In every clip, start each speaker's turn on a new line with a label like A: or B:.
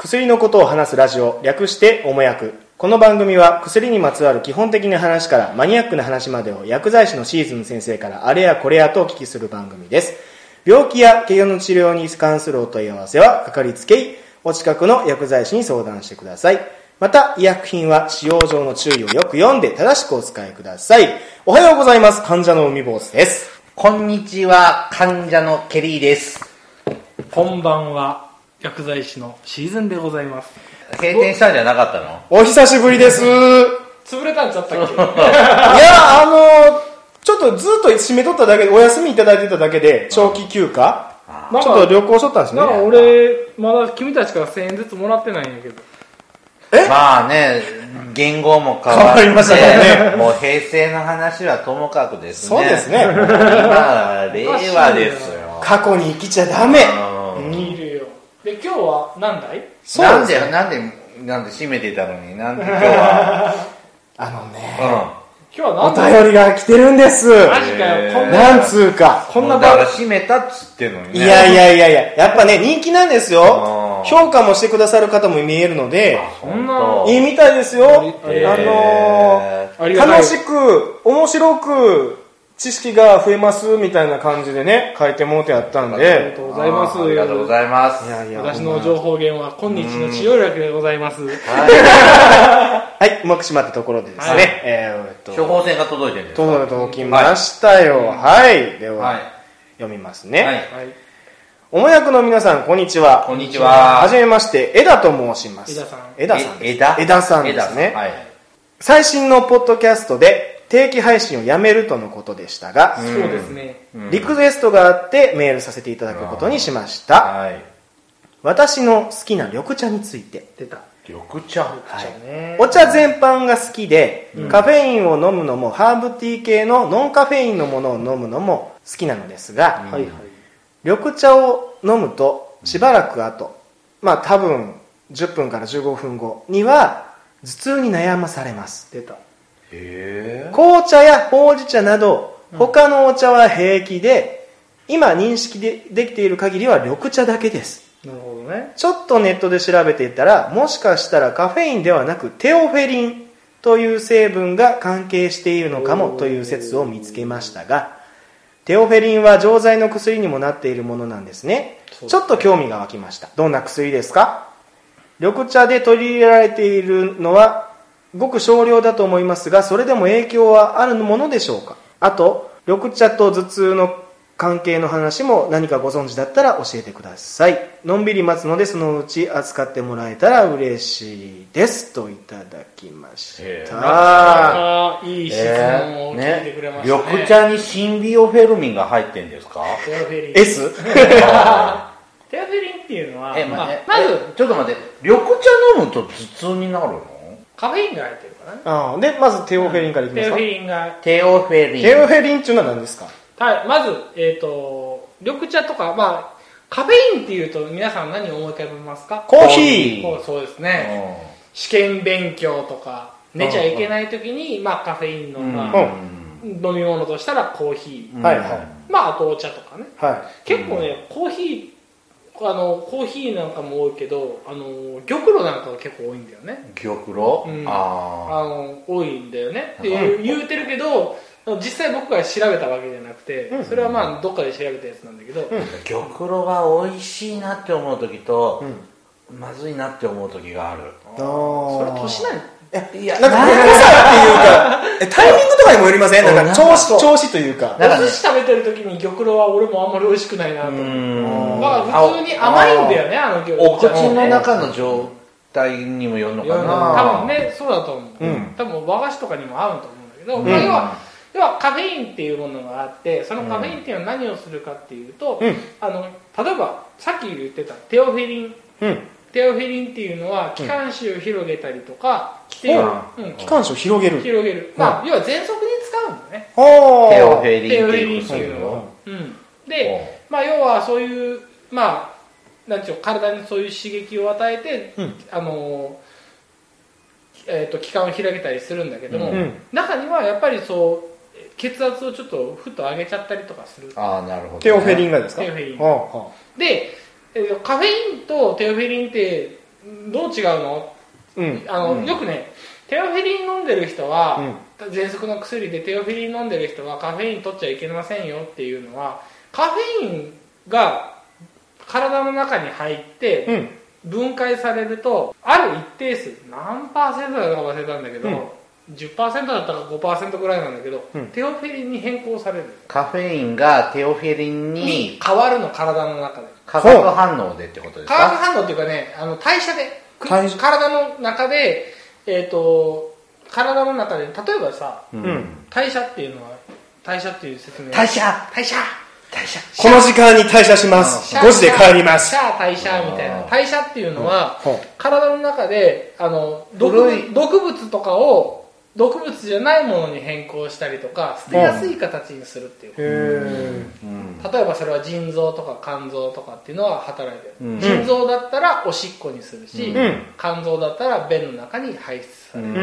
A: 薬のことを話すラジオ略しておもやくこの番組は薬にまつわる基本的な話からマニアックな話までを薬剤師のシーズン先生からあれやこれやとお聞きする番組です病気や怪我の治療に関するお問い合わせはかかりつけ医お近くの薬剤師に相談してくださいまた医薬品は使用上の注意をよく読んで正しくお使いくださいおはようございます患者の海坊主です
B: こんにちは、患者のケリーです。
C: こんばんは薬剤師のシーズンでございます
B: 閉店したんじゃなかったの
A: お久しぶりです
C: 潰れたんちゃったっけ
A: いや、あのちょっとずっと締めとっただけで、お休みいただいてただけで、長期休暇ちょ
C: ー
A: っと旅行しとったんですね
C: な。んか俺まだ君たちから1000円ずつもらってないんやけど
A: え
B: まあね、言語も変わって
A: 変わりましたからね
B: もう平成の話はともかくですね。
A: そうですね
B: もう今は令和ですよ。
A: 過去に生きちゃダメ
B: うん
C: いるよで今日は何台
A: そう
B: なん
A: です
B: で、なんで、なんで閉めていたのに、なんで今日は。
A: あのね、
B: う
C: 今日
A: お
C: は何台
A: 便りが来てるんです。
C: マジかよこんな
A: なんつうか。
C: こん
B: ん。
C: な
B: だか
C: 番
B: ら閉めたっつってんのに
A: い
B: ね。
A: やいやいやいや、やっぱね、人気なんですよ
B: あ。ー
A: 評価もしてくださる方も見えるので、
B: ほんと、
C: そ
A: いいみたいですよ。あの
C: えー
A: ー、
C: ありがたい
A: 楽しく面白く知識が増えますみたいな感じでね書いてもうてやったん
C: ありが
A: で
C: とうございます
B: ありがとうございます。
A: いやいや
C: 私の情報源は今日の治療薬でございます
A: はいうまくしまったところでですね、
C: はい
A: えー、えーっ
B: 処
A: と
B: 方箋が届いてるんですか
A: 届きましたよはい、では、
B: はい。
A: 読みますね、
B: はい。
C: はい
A: おもやくの皆さんこんにちは
B: こんにちは
A: はじめまして枝と申します
C: 枝さん
A: 枝さんです
B: 枝
A: 枝さんですね
B: 枝さんはい。
A: 最新のポッドキャストで定期配信をやめるとのことでしたが、
C: そうですね
A: リクエストがあってメールさせていただくことにしました、
B: はい。
A: 私の好きな緑茶について
C: 出た
B: 緑茶。
C: じゃあね
A: お茶全般が好きで、カフェインを飲むのもハーブティー系のノンカフェインのものを飲むのも好きなのですが、
C: はいはい
A: 緑茶を飲むとしばらく後、まあ多分10分から15分後には頭痛に悩まされます
C: 出た
B: へ
A: 紅茶やほうじ茶など他のお茶は平気で今認識でできている限りは緑茶だけです
C: なるほどね
A: ちょっとネットで調べていたら、もしかしたらカフェインではなくテオフェリンという成分が関係しているのかもという説を見つけましたが、テオフェリンは錠剤の薬にもなっているものなんですね。
C: そうですね
A: ちょっと興味が湧きました。どんな薬ですか緑茶で取り入れられているのはごく少量だと思いますが、それでも影響はあるものでしょうかあと、緑茶と頭痛の関係の話も何かご存知だったら教えてください。のんびり待つので、そのうち扱ってもらえたら嬉しいです。といただきまし
B: へえ
A: た。
C: ああいい質問を聞いてくれましたね
B: 緑茶にシンビオフェルミンが入ってんですか
C: テオフェリン
A: S?
B: あ
C: テオフェリンっていうのは
B: ーえ、まあね、
C: まあまず
B: えちょっと待って、緑茶飲むと頭痛になるの
C: カフェインが入ってるからね
A: ああで、まずテオフェリンからいきま
C: テ
A: す
C: オ
A: か
C: フ。ェリンが
B: テオフェリン。
A: テオフェリンっていうのは何ですか
C: はい、まず、えっ、と、緑茶とか、まあ、カフェインっていうと皆さん何を思い浮かべますか
A: コーヒー
C: こうそうですね。試験勉強とか、寝ちゃいけない時に、まあカフェインの、
B: うん
C: ま
A: う
C: あ、
B: ん
C: 飲み物としたらコーヒ
B: う
C: ー。
B: ん
A: はいは
C: まあ、あとお茶とかね。
A: は
C: 結構ね、コーヒー、あの、コーヒーなんかも多いけど、あの、玉露なんかが結構多いんだよね。
B: 玉露、
C: うん
B: ああ。
C: あの多いんだよねって
A: う
C: 言うてるけど実際僕が調べたわけじゃなくて
A: うん
C: それはまあどっかで調べたやつなんだけど、
B: 玉露が美味しいなって思う時と
A: い。、
B: まずいなって思う時がある。
A: そ
C: それ年なん
B: いや
A: なんか、うるさっていうか、えタイミングとかにもよりませんなんか、調子、調子というか。
B: なんかね
C: お寿司食べてる時に玉露は俺もあんまり美味しくないなと
B: う
C: 思う
B: ーん
C: だから普通に甘いんだよねあの玉
B: お
C: 露
B: 口
C: ちゃん
B: の中の状態にもよるのかな
C: 多分ねそうだと思う、
A: うん
C: 多分和菓子とかにも合うと思うんだけど、
B: うん
C: まあ要は要はカフェインっていうものがあってそのカフェインっていうのは何をするかっていうと、
A: うん
C: あの例えばさっき言ってたテオフェリン
A: うん。
C: テオフェリンっていうのは気管支を広げたりとか、規定
B: うん
C: うん
A: 機関を広げる。
C: 広げる、まあ要は喘息に使うんだね、
A: ほ
B: テオフ
A: リ
B: ェリンっていう
C: テオフェリンっていうの
B: の
C: はうん、で、まあ、要はそういうまあなんちゅうの体にそういう刺激を与えて、
A: うん
C: あのえー、と気管を開けたりするんだけども、
B: うん
C: 中にはやっぱりそう血圧をちょっとふっと上げちゃったりとかする
B: ああなるほど、
A: テオフェリ
B: ン
A: ンがですか
C: テオフェリン
A: ほうほ
C: で、えーカフェインとテオフェリンってどう違うの
A: うん
C: あの、
B: うん
C: よくねテオフェリン飲んでる人は、喘息の薬でテオフェリン飲んでる人はカフェイン取っちゃいけませんよっていうのはカフェインが体の中に入って
A: うん
C: 分解されるとある一定数何パーセントだったか忘れたんだけど、
A: うん
C: 10%だったか5%ぐらいなんだけど、
A: うん
C: テオフェリンに変更される
B: カフェインがテオフェリン
C: に
B: に
C: 変わるの体の中で
B: 化学反応でってことです
C: 化学
B: か
C: 反応っていうかねあの代謝でく
A: 代謝
C: 体の中でえっ、と体の中で例えばさ
B: う
A: うん
C: 代謝っていうのは代謝っていう説明
B: 代謝
C: 代謝
B: 代謝
A: この時間に退社します
C: シャー
A: 5時で帰ります
C: シャー代謝みたいな
B: あー
C: 代謝っていうのは、
A: ほう
C: 体の中であの毒
B: 古い
C: 毒物とかを毒物じゃないものに変更したりとか捨てやすい形にするっていう、
A: へえ
B: うん
C: 例えばそれは腎臓とか肝臓とかっていうのは働いてる、
B: うん
C: 腎臓だったらおしっこにするし、
A: うん
C: 肝臓だったら便の中に排出される、
A: んう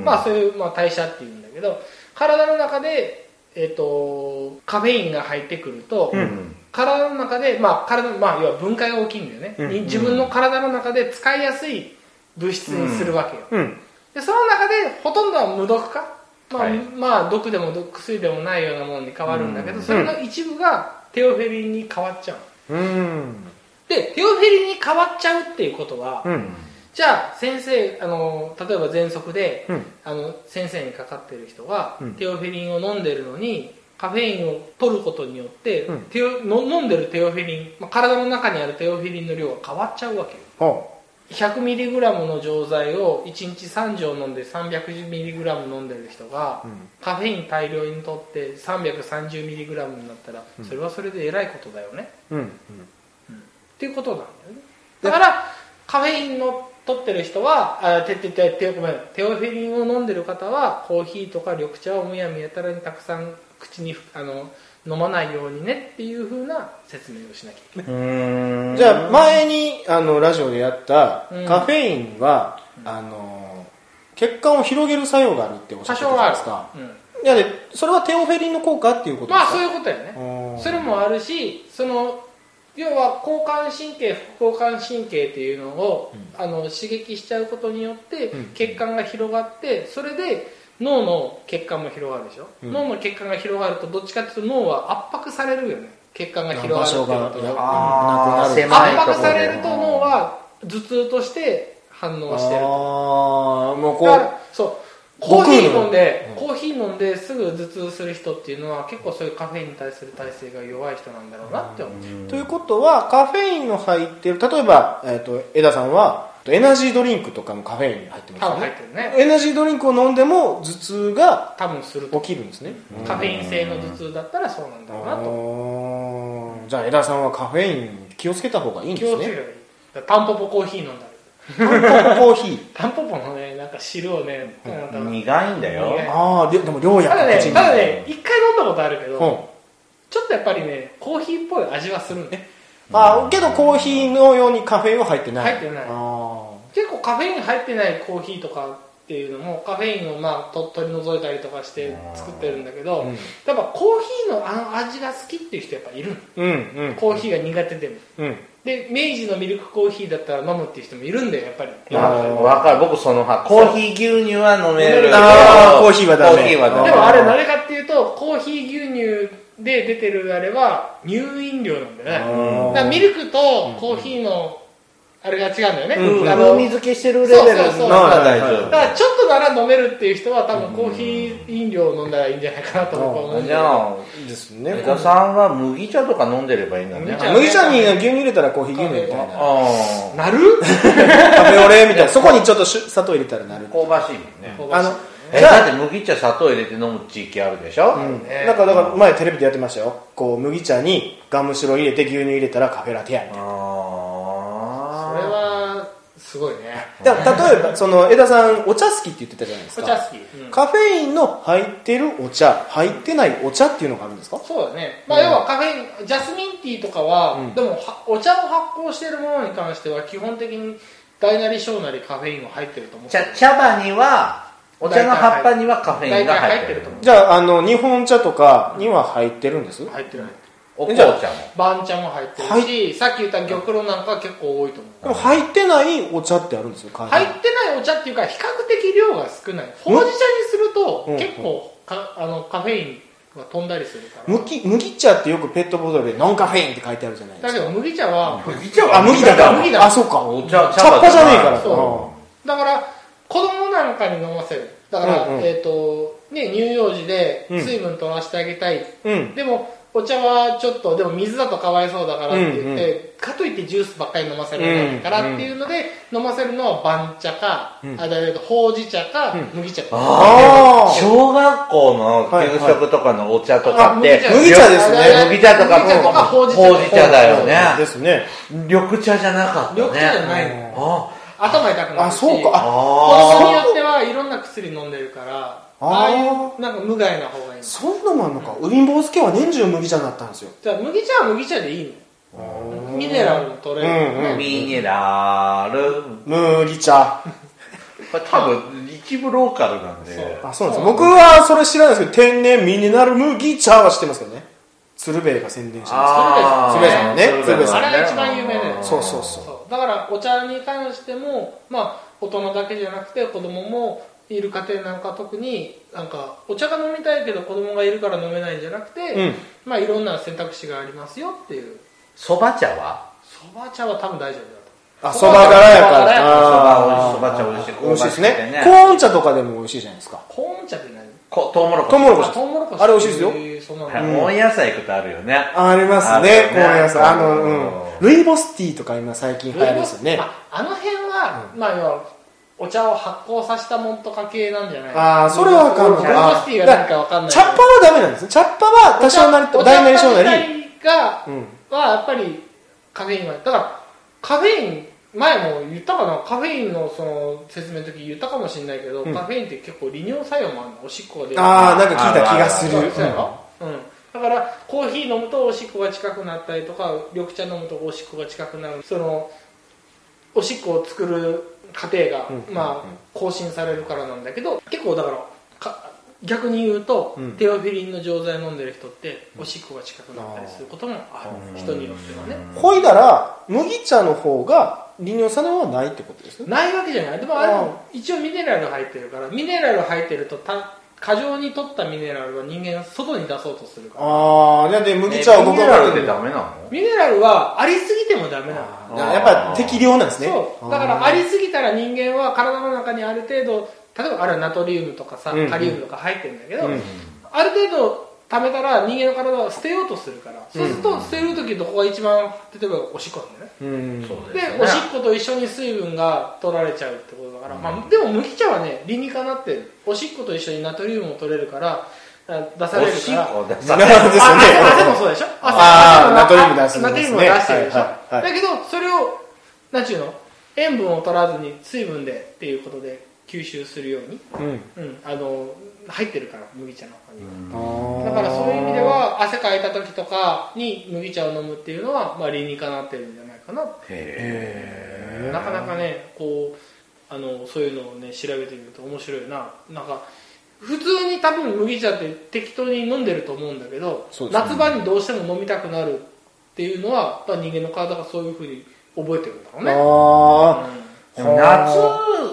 A: ん
C: まあそういう、まあ、代謝っていうんだけど体の中で、えっとカフェインが入ってくると、
A: うん
C: 体の中で、まあ体のまあ、要は分解が大きいんだよね、
A: うん
C: に自分の体の中で使いやすい物質にするわけよ、
A: うん
C: でその中でほとんどは無毒化、まあ
B: はい
C: まあ、毒でも毒薬でもないようなものに変わるんだけど、
B: うん
C: それの一部がテオフェリンに変わっちゃう
A: うん
C: でテオフェリンに変わっちゃうっていうことは、
A: うん
C: じゃあ先生あの例えば喘息で
A: うん
C: あの先生にかかってる人が、
A: うん
C: テオフェリンを飲んでるのにカフェインを取ることによって、
A: うん
C: テオの飲んでるテオフェリン、まあ、体の中にあるテオフェリンの量が変わっちゃうわけよ
A: ほ
C: 100mg の錠剤を1日3錠飲んで 300mg 飲んでる人が、
A: う
C: カフェイン大量にとって 330mg になったらそれはそれでえらいことだよね、
A: うんうん
C: っていうことなんだよねだからカフェインの取ってる人はあててててごめんテオフェリンを飲んでる方はコーヒーとか緑茶をむやみやたらにたくさん口にあの飲まないようにねっていうふうな説明をしなきゃいけない
B: うん
A: じゃあ前にあのラジオでやった
C: うん
A: カフェインは、あの血管を広げる作用があるっておっしゃ
C: 多
A: って
C: 少
A: たじゃ
C: は
A: ない
C: ある
A: ですか
C: うん
A: いやでそれはテオフェリンの効果っていうことです
C: まあ
A: か
C: そういうことやね
A: あー
C: それもあるしその要は交感神経副交感神経っていうのを、あの刺激しちゃうことによって
A: うん
C: 血管が広がってそれで脳の血管も広がるでしょ、
A: うん
C: 脳の血管が広がるとどっちかっていうと脳は圧迫されるよね血管が広がる
A: 場
C: っていう
A: 所が
C: ことは
A: なく
B: あー
A: なる
B: 狭い
C: 圧
B: ところで
C: 迫されると脳は頭痛として反応してる
A: ああもうこ
C: だから
A: う
C: そうコーヒー飲んで、
A: 悟
C: コーヒー飲んですぐ頭痛する人っていうのは結構そういうカフェインに対する耐性が弱い人なんだろうなって思う、
A: ということはカフェインの入ってる例えば、えー、と枝さんはエナジードリンクとかもカフェイン入ってます
C: 多
A: よ
C: 分入っ
A: ね
C: てるね
A: エナジードリンクを飲んでも頭痛が
C: 多分すると
A: 起きるんですね
C: カフェイン性の頭痛だったらそうなんだろうなと
A: あーじゃあ枝さんはカフェイン気をつけた方がいいんで
C: 気を
A: す
C: つけれ
A: ね
C: ばいいだからタンポポコーヒー飲んだり
A: コーヒー
C: タンポポのねなんか汁をねなんか
B: 苦いんだよ
C: 苦い
A: ああででも量や
C: ただね
A: 口に
C: ただね一回飲んだことあるけ
A: う
C: ど、
A: ん
C: ちょっとやっぱりねコーヒーっぽい味はするね
A: あーけどコーヒーのようにカフェインは入ってない
C: 入ってない
A: あー
C: 結構カフェイン入ってないコーヒーとかっていうのもカフェインをまあと取り除いたりとかして作ってるんだけど、
A: うん
C: やっぱコーヒーのあの味が好きっていう人やっぱいるの
A: うんうん
C: コーヒーが苦手でも
A: うん
C: で明治のミルクコーヒーだったら飲むっていう人もいるんだよやっぱり
B: あーわかる僕その派コーヒー牛乳は飲めるけど
A: あーコーヒーはダメ
B: コーヒーはダメ
C: でもあれ何かっていうとコーヒー牛乳で出てるあれは乳飲料なんだよねだからミルクとコーヒーのあれが違うんだよね、
A: うん
C: あ
B: 風
C: の
B: 味付けしてるレベル
C: そうそうそう
B: なら大丈
C: だからちょっとなら飲めるっていう人は多分コーヒー飲料を飲んだらいいんじゃないかなと僕は思う
B: 夫
C: んだ
B: じ
C: けど
B: ゃあ
A: です
B: 江
A: ね
B: 田さんは麦茶とか飲んでればいいんだね
C: 麦茶
A: 麦茶に牛乳入れたらコーヒー牛乳みたいな
B: あ
C: なる
A: カフェオレみたいなそこにちょっとし砂糖入れたらなる
B: あ香ばしいもんね
C: 香ば
A: あ
C: しい
A: の
C: ね
B: え
A: じゃあ
B: だって麦茶砂糖入れて飲む地域あるでしょ、
A: うん
C: ね
A: なんかだから前テレビでやってましたよこう麦茶にガムシロ入れて牛乳入れたらカフェラテやみたいな
C: そ
B: あ
C: れはすごいね
A: だから例えばその江田さんお茶好きって言ってたじゃないです
C: お
A: か
C: 茶好き、うん
A: カフェインの入ってるお茶入ってないお茶っていうのがあるんですか
C: そうだね、まあ、要はカフェインジャスミンティーとかは、
A: うん
C: でもはお茶を発酵しているものに関しては基本的に大なり小なりカフェインは入ってると思
B: ー
C: う
B: 茶茶葉にはお茶の葉っぱにはカフェインが入ってる
C: 大体入ってると思
A: じゃああの日本茶とかには入ってるんです
C: 入ってない
B: お紅茶も
C: 番茶も入ってるし、さっき言った玉露なんかは結構多いと思う
A: でも入ってないお茶ってあるんですよ缶
C: 入ってないお茶っていうか比較的量が少ないほうじ茶にすると
A: うん
C: 結構かあのカフェインが飛んだりするから
A: 麦麦茶ってよくペットボトルでノンカフェインって書いてあるじゃないで
C: だ
A: す
C: け
A: か
C: ど麦茶は
B: 麦茶は
A: あ麦だから
C: 麦だ
A: あそうか
B: お茶
A: 茶っ葉じゃねえから
C: そうだから子供なんかに飲ませるだから、
A: うんうん
C: えっ、とね乳幼児で
A: うん
C: 水分取らせてあげたい、
A: うん
C: でもお茶はちょっとでも水だとかわいそうだからって言って、
A: う
C: かといってジュースばっかり飲ませるんじゃないからっていうので、飲ませるのは番茶か、
A: うん
C: あだけどほうじ茶か、
A: うん
C: 麦茶か
B: あ
A: あ
B: あ
A: ー
B: 小学校の給食とかのお茶とかって、
A: はいはい麦茶ですね
B: 麦茶とか
C: 麦茶とかほうじ茶
B: ほうじ茶だよ
A: で
B: ね
A: すね
B: 緑茶じゃなかったね
C: 緑茶じゃない
A: の
B: あ
C: 頭痛くな
A: あ
C: るし
A: そうかあ
B: あ
C: 子
B: ー
C: 供によってはいろんな薬飲んでるからあ
A: あー
C: あいうなんか無害な方がいいの
A: そんなもんあんのか貧乏助は年中麦茶だったんですよ
C: じゃあ麦茶は麦茶でいいのミネラルも取れるよね、
A: うんうん
B: ミネラル
A: 麦茶
B: これ多分一部ローカルなんで
C: そう
A: あそうなんです
C: そう
A: 僕はそれ知らないですけど天然ミネラル麦茶は知ってますけどね鶴瓶が宣伝してます
B: あー
A: 鶴瓶さんもね鶴瓶さ
C: あ
A: ん
C: れが一番有名だよね
A: そうそうそう
C: そうだからお茶に関しても、まあ、大人だけじゃなくて子供もいる家庭なんか特になんかお茶が飲みたいけど子供がいるから飲めないんじゃなくて、
A: うん
C: まあ、いろんな選択肢がありますよっていう
B: そば茶は
C: そば茶は多分大丈夫だと
A: あそば柄やか
C: そば柄やから
A: らあー
B: そば美味しいそば茶美
A: 美
B: 味
A: 味
B: し
A: し
B: い
A: いですね
B: 香ばしくてね
A: コーン茶とかでも美味しいじゃないですか
C: コーン茶って何
B: こトウモロコシ
A: トウモロコ
C: あ
A: シ
C: トウモロコシ
A: あれ美味しいですよ
C: すよそんなの、
B: はい温野菜行くとあるよね
A: あります
B: あ
A: ね
B: る
A: コ
B: よ
A: ー
B: ね
A: ン野菜あの
B: う
A: うんんルイボスティーとか今最近流行りますよね
C: ああの辺は、まあ要はお茶を発酵させたもんとか系なんじゃない
A: あーそれはわかんない
C: ルイボスティーが何かわかんない
A: 茶っ葉はダメなんですね茶っ葉は多少なりと大なり小なり
C: りが
A: うん
C: はやっぱりカフェインはだからカフェイン前も言ったかなカフェインのその説明の時言ったかもしれないけど、
A: うん
C: カフェインって結構利尿作用もあるのおしっこが出る
A: ああなんか聞いた気がする
C: そ
B: あ
C: うで
B: る
C: すよ、うんだからコーヒー飲むとおしっこが近くなったりとか緑茶飲むとおしっこが近くなるそのおしっこを作る過程が、
A: うん
C: まあ、更新されるからなんだけど結構だからか逆に言うと、
A: うん
C: テオフィリンの錠剤飲んでる人っておしっこが近くなったりすることもある、人によってはね、
A: ほいだら麦茶の方が利尿作用はないってことですね
C: ないわけじゃないでもあれも一応ミネラル入ってるからミネラル入ってるとた過剰に取ったミネラルは人間は外に出そうとするから
A: ああじゃあで麦茶を僕
B: ミネ
A: は
B: ラルでダメなの
C: ミネラルはありすぎてもダメなの
A: あーやっぱ適量なんですね
C: そうだからありすぎたら人間は体の中にある程度例えばあれはナトリウムとかさ
A: うんうん
C: カリウムとか入ってるんだけど、
A: うん
C: ある程度溜めたら人間の体は捨てようとするからそうすると捨てる時どこが一番例えばおしっこなんだよね
A: うん
B: そうで
C: で
B: すよね
C: おしっこと一緒に水分が取られちゃうってことだから、まあ、でも麦茶はね理にかなってるおしっこと一緒にナトリウムを取れるからあ出される
B: おし
C: か
B: っ
C: ら
B: こ出
A: な
B: さ
A: るほどですよね
C: あ汗汗もそうでしょ汗
A: あー
C: 汗も
A: ナトリウム出すんですね
C: ナトリウムを出してるでしょ、
A: はいはいはい
C: だけどそれをなんちゅうの塩分を取らずに水分でっていうことで吸収するように、
A: うん
C: うん、あの入ってるから麦茶の中には、
A: だ
C: だからそういう意味では汗かいた時とかに麦茶を飲むっていうのは、まあ、理にかなってるんじゃないかな
B: へ
C: なかなかねこうあのそういうのをね調べてみると面白いななんか普通に多分麦茶って適当に飲んでると思うんだけど、
A: そうですね
C: 夏場にどうしても飲みたくなるっていうのはやっぱ人間の体がそういうふうに覚えてるんだろうね、
A: ああ
B: え夏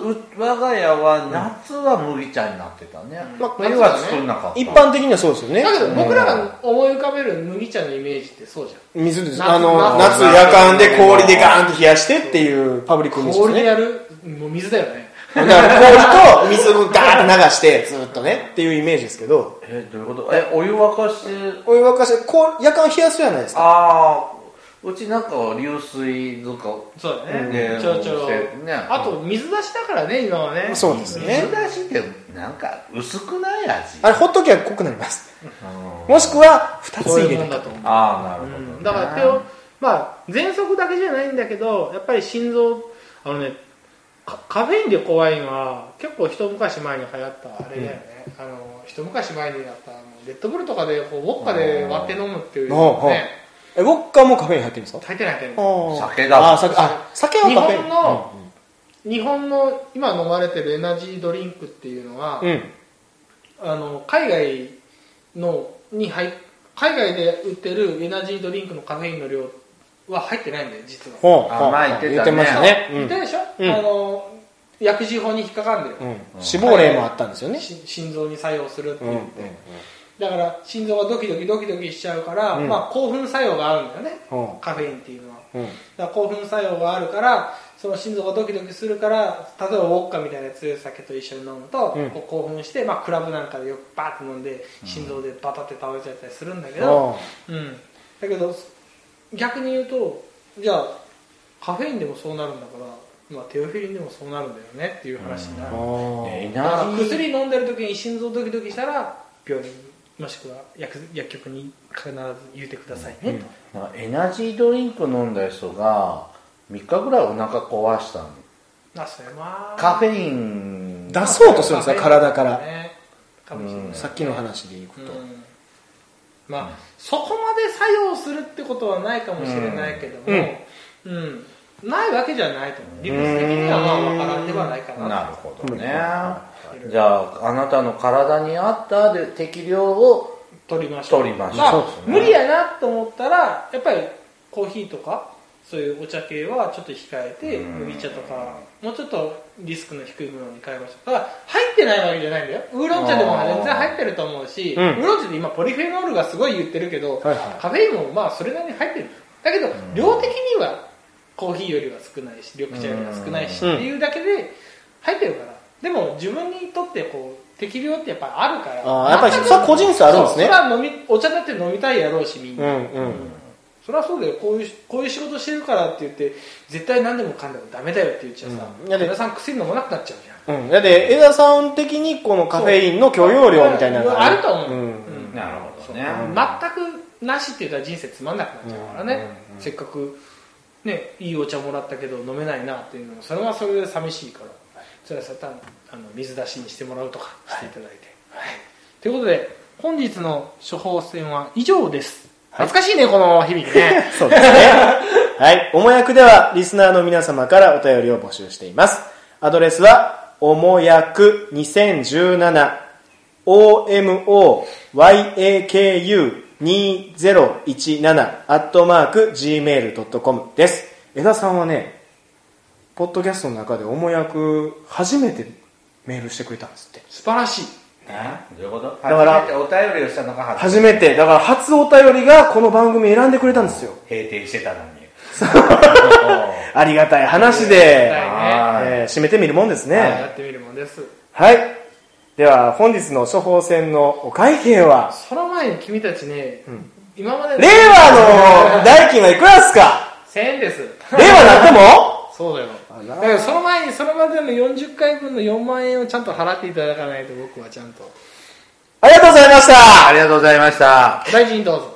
B: う我が家は夏は麦茶になってたね、
A: まあ
B: 冬は作んなかった
A: 一般的にはそうですよ
C: うん
A: ね
C: だけど僕らが思い浮かべる麦茶のイメージってそうじ
A: 水です
C: 夏
A: あの
C: 夏
A: 夏夜間で氷でガーンって冷やしてっていうパブリッ
C: ゃ
A: クイ
C: ん
A: メージです
C: 氷で
A: ね
C: やるもう水だよね
A: だから氷と水をガーンって流してずっとねっていうイメージですけど
B: えどういうことえお湯沸かして
A: お湯沸かしてこう夜間冷やすじゃないですか
B: ああうちなんか流水とか
C: そうだね、
B: ね
C: ちょろちょろ
B: してね
C: あと水出しだからね今はね
A: そうですね
B: 水出しってなんか薄くない味
A: あれほっときゃ濃くなります
B: うん
A: もしくは二つ
C: そう
A: 入
C: い
A: れ
C: うもん
A: た
C: だと思う
B: ああなるほどね、
C: うんだから手をまあ喘息だけじゃないんだけどやっぱり心臓あのねカカフェインで怖いのは結構一昔前に流行ったあれだよね、あの一昔前にやったあのレッドブルとかでこうウォッカで割って飲むっていう
A: うん
C: ね
A: えウォッカもカフェイン入ってるんですか
C: 炊いてないけど
B: 酒だもん
A: あ酒あ酒は
C: 日
A: カフェイン
C: 本の、日本の今飲まれてるエナジードリンクっていうのは、
A: うんうん
C: あの海外のに入っ海外で売ってるエナジードリンクのカフェインの量は入ってないんだよ実は、
A: ほう
B: あ
A: ほう
B: 前言って
A: 言っ
B: たね
A: てましたね、う
C: 言ったでしょ、
A: うん
C: あの薬事法に引っかかんでる、
A: んうん死亡例もあったんですよね、
C: し心臓に作用するって
A: うんうん
C: 言っ
A: うん
C: て、だから心臓がドキドキドキドキしちゃうから、
A: うん
C: まあ、興奮作用があるんだよね
A: ほ
C: カフェインっていうのは
A: ううん
C: だから興奮作用があるからその心臓がドキドキするから例えばウォッカみたいな強い酒と一緒に飲むと、
A: うん
C: こう興奮して、まあ、クラブなんかでよくバーって飲んで心臓でバタって倒れちゃったりするんだけど、
A: ほ
C: うん、だけど逆に言うとじゃあカフェインでもそうなるんだから、まあ、テオフィリンでもそうなるんだよねっていう話にな
A: う
C: る、
A: ほ
B: エ
A: う
C: だか
B: ナ
C: ら
B: ジー
C: 薬飲んでる時に心臓ドキドキしたら病院もしくは薬薬局に必ず言うてください
A: う
C: ね、
A: ん
C: と
B: なんかエナジードリンク飲んだ人が3日ぐらいお腹壊したの
C: まあそれは
B: カフェイン
A: 出そうとするんですよ体から
C: ねかもしれない、
B: うん
A: さっきの話でいく
C: う
A: と、
C: んまあ、そこまで作用するってことはないかもしれないけども、うんないわけじゃないと思う理屈的にはまあ分からんではないかな
B: なるほどね、
C: うん
B: じゃああなたの体に合ったで適量を
C: 取りましょう
B: 取りましょう、
C: まあ
A: そうです
C: 無理やなと思ったらやっぱりコーヒーとかそういうお茶系はちょっと控えて
B: うん
C: 麦茶とかもうちょっとリスクの低いものに変えましょうだから入ってないわけじゃないんだよウーロン茶でも
B: あー
C: 全然入ってると思うし、
A: うん
C: ウーロン茶で今ポリフェノールがすごい言ってるけど、
A: はいはい
C: カフェインもまあそれなりに入ってるだけど、
B: ん
C: 量的にはコーヒーよりは少ないし緑茶よりは少ないしっ
A: うん
C: ていうだけで入ってるからでも自分にとってこう適量ってやっぱあるから
A: あーやっぱり
C: 全く
A: それは個人差あるんですね
C: そうそれは飲みお茶だって飲みたいやろうしみん
A: う
C: な、
A: んうん
C: それはそうだよこういうこういう仕事してるからって言って絶対何でもかんでもダメだよって言っちゃさ、
A: うんいやで
C: 皆さん薬飲まなくなっちゃうじゃん
A: うん、だって江田さん的にこのカフェインの許容量みたいなのが
C: あると思う、
A: ん
C: うん
B: なるほどね
C: 全くなしって言ったら人生つまんなくなっちゃうからね、
A: うんうんうん
C: せっかく、ね、いいお茶もらったけど飲めないなっていうのもそれはそれで寂しいからそれはさたあの水出しにしてもらうとかしていただいて、はいということで本日の処方箋は以上です
A: はい
C: 懐かしいねこの響きね
A: そうですね。はい。おもやくでは、リスナーの皆様からお便りを募集しています。アドレスは、おもやく2017、omoyaku2017、アットマーク、gmail.com です。江田さんはね、ポッドキャストの中でおもやく初めてメールしてくれたんですって。
C: 素晴らしい
B: どういうこと
A: だから
B: 初めてお便りをしたのが初
A: 初めて、だから初お便りがこの番組選んでくれたんですよ。
B: 閉店してたのに
A: ありがたい話
C: ありがたい
A: で、
B: はい
A: えー締めてみるもんですね。
C: やってみるもんです
A: はい。では、本日の処方箋のお会計は、
C: その前に君たちね、
A: ん
C: 今まで
A: 令和の代金はいくらです か
C: 1000円です
A: 令和なっても
C: そうだよ
A: あ
C: だ
A: ら
C: からその前にそれまでの40回分の4万円をちゃんと払っていただかないと僕はちゃんと
A: ありがとうございました
B: ありがとうございました
C: 大事にどうぞ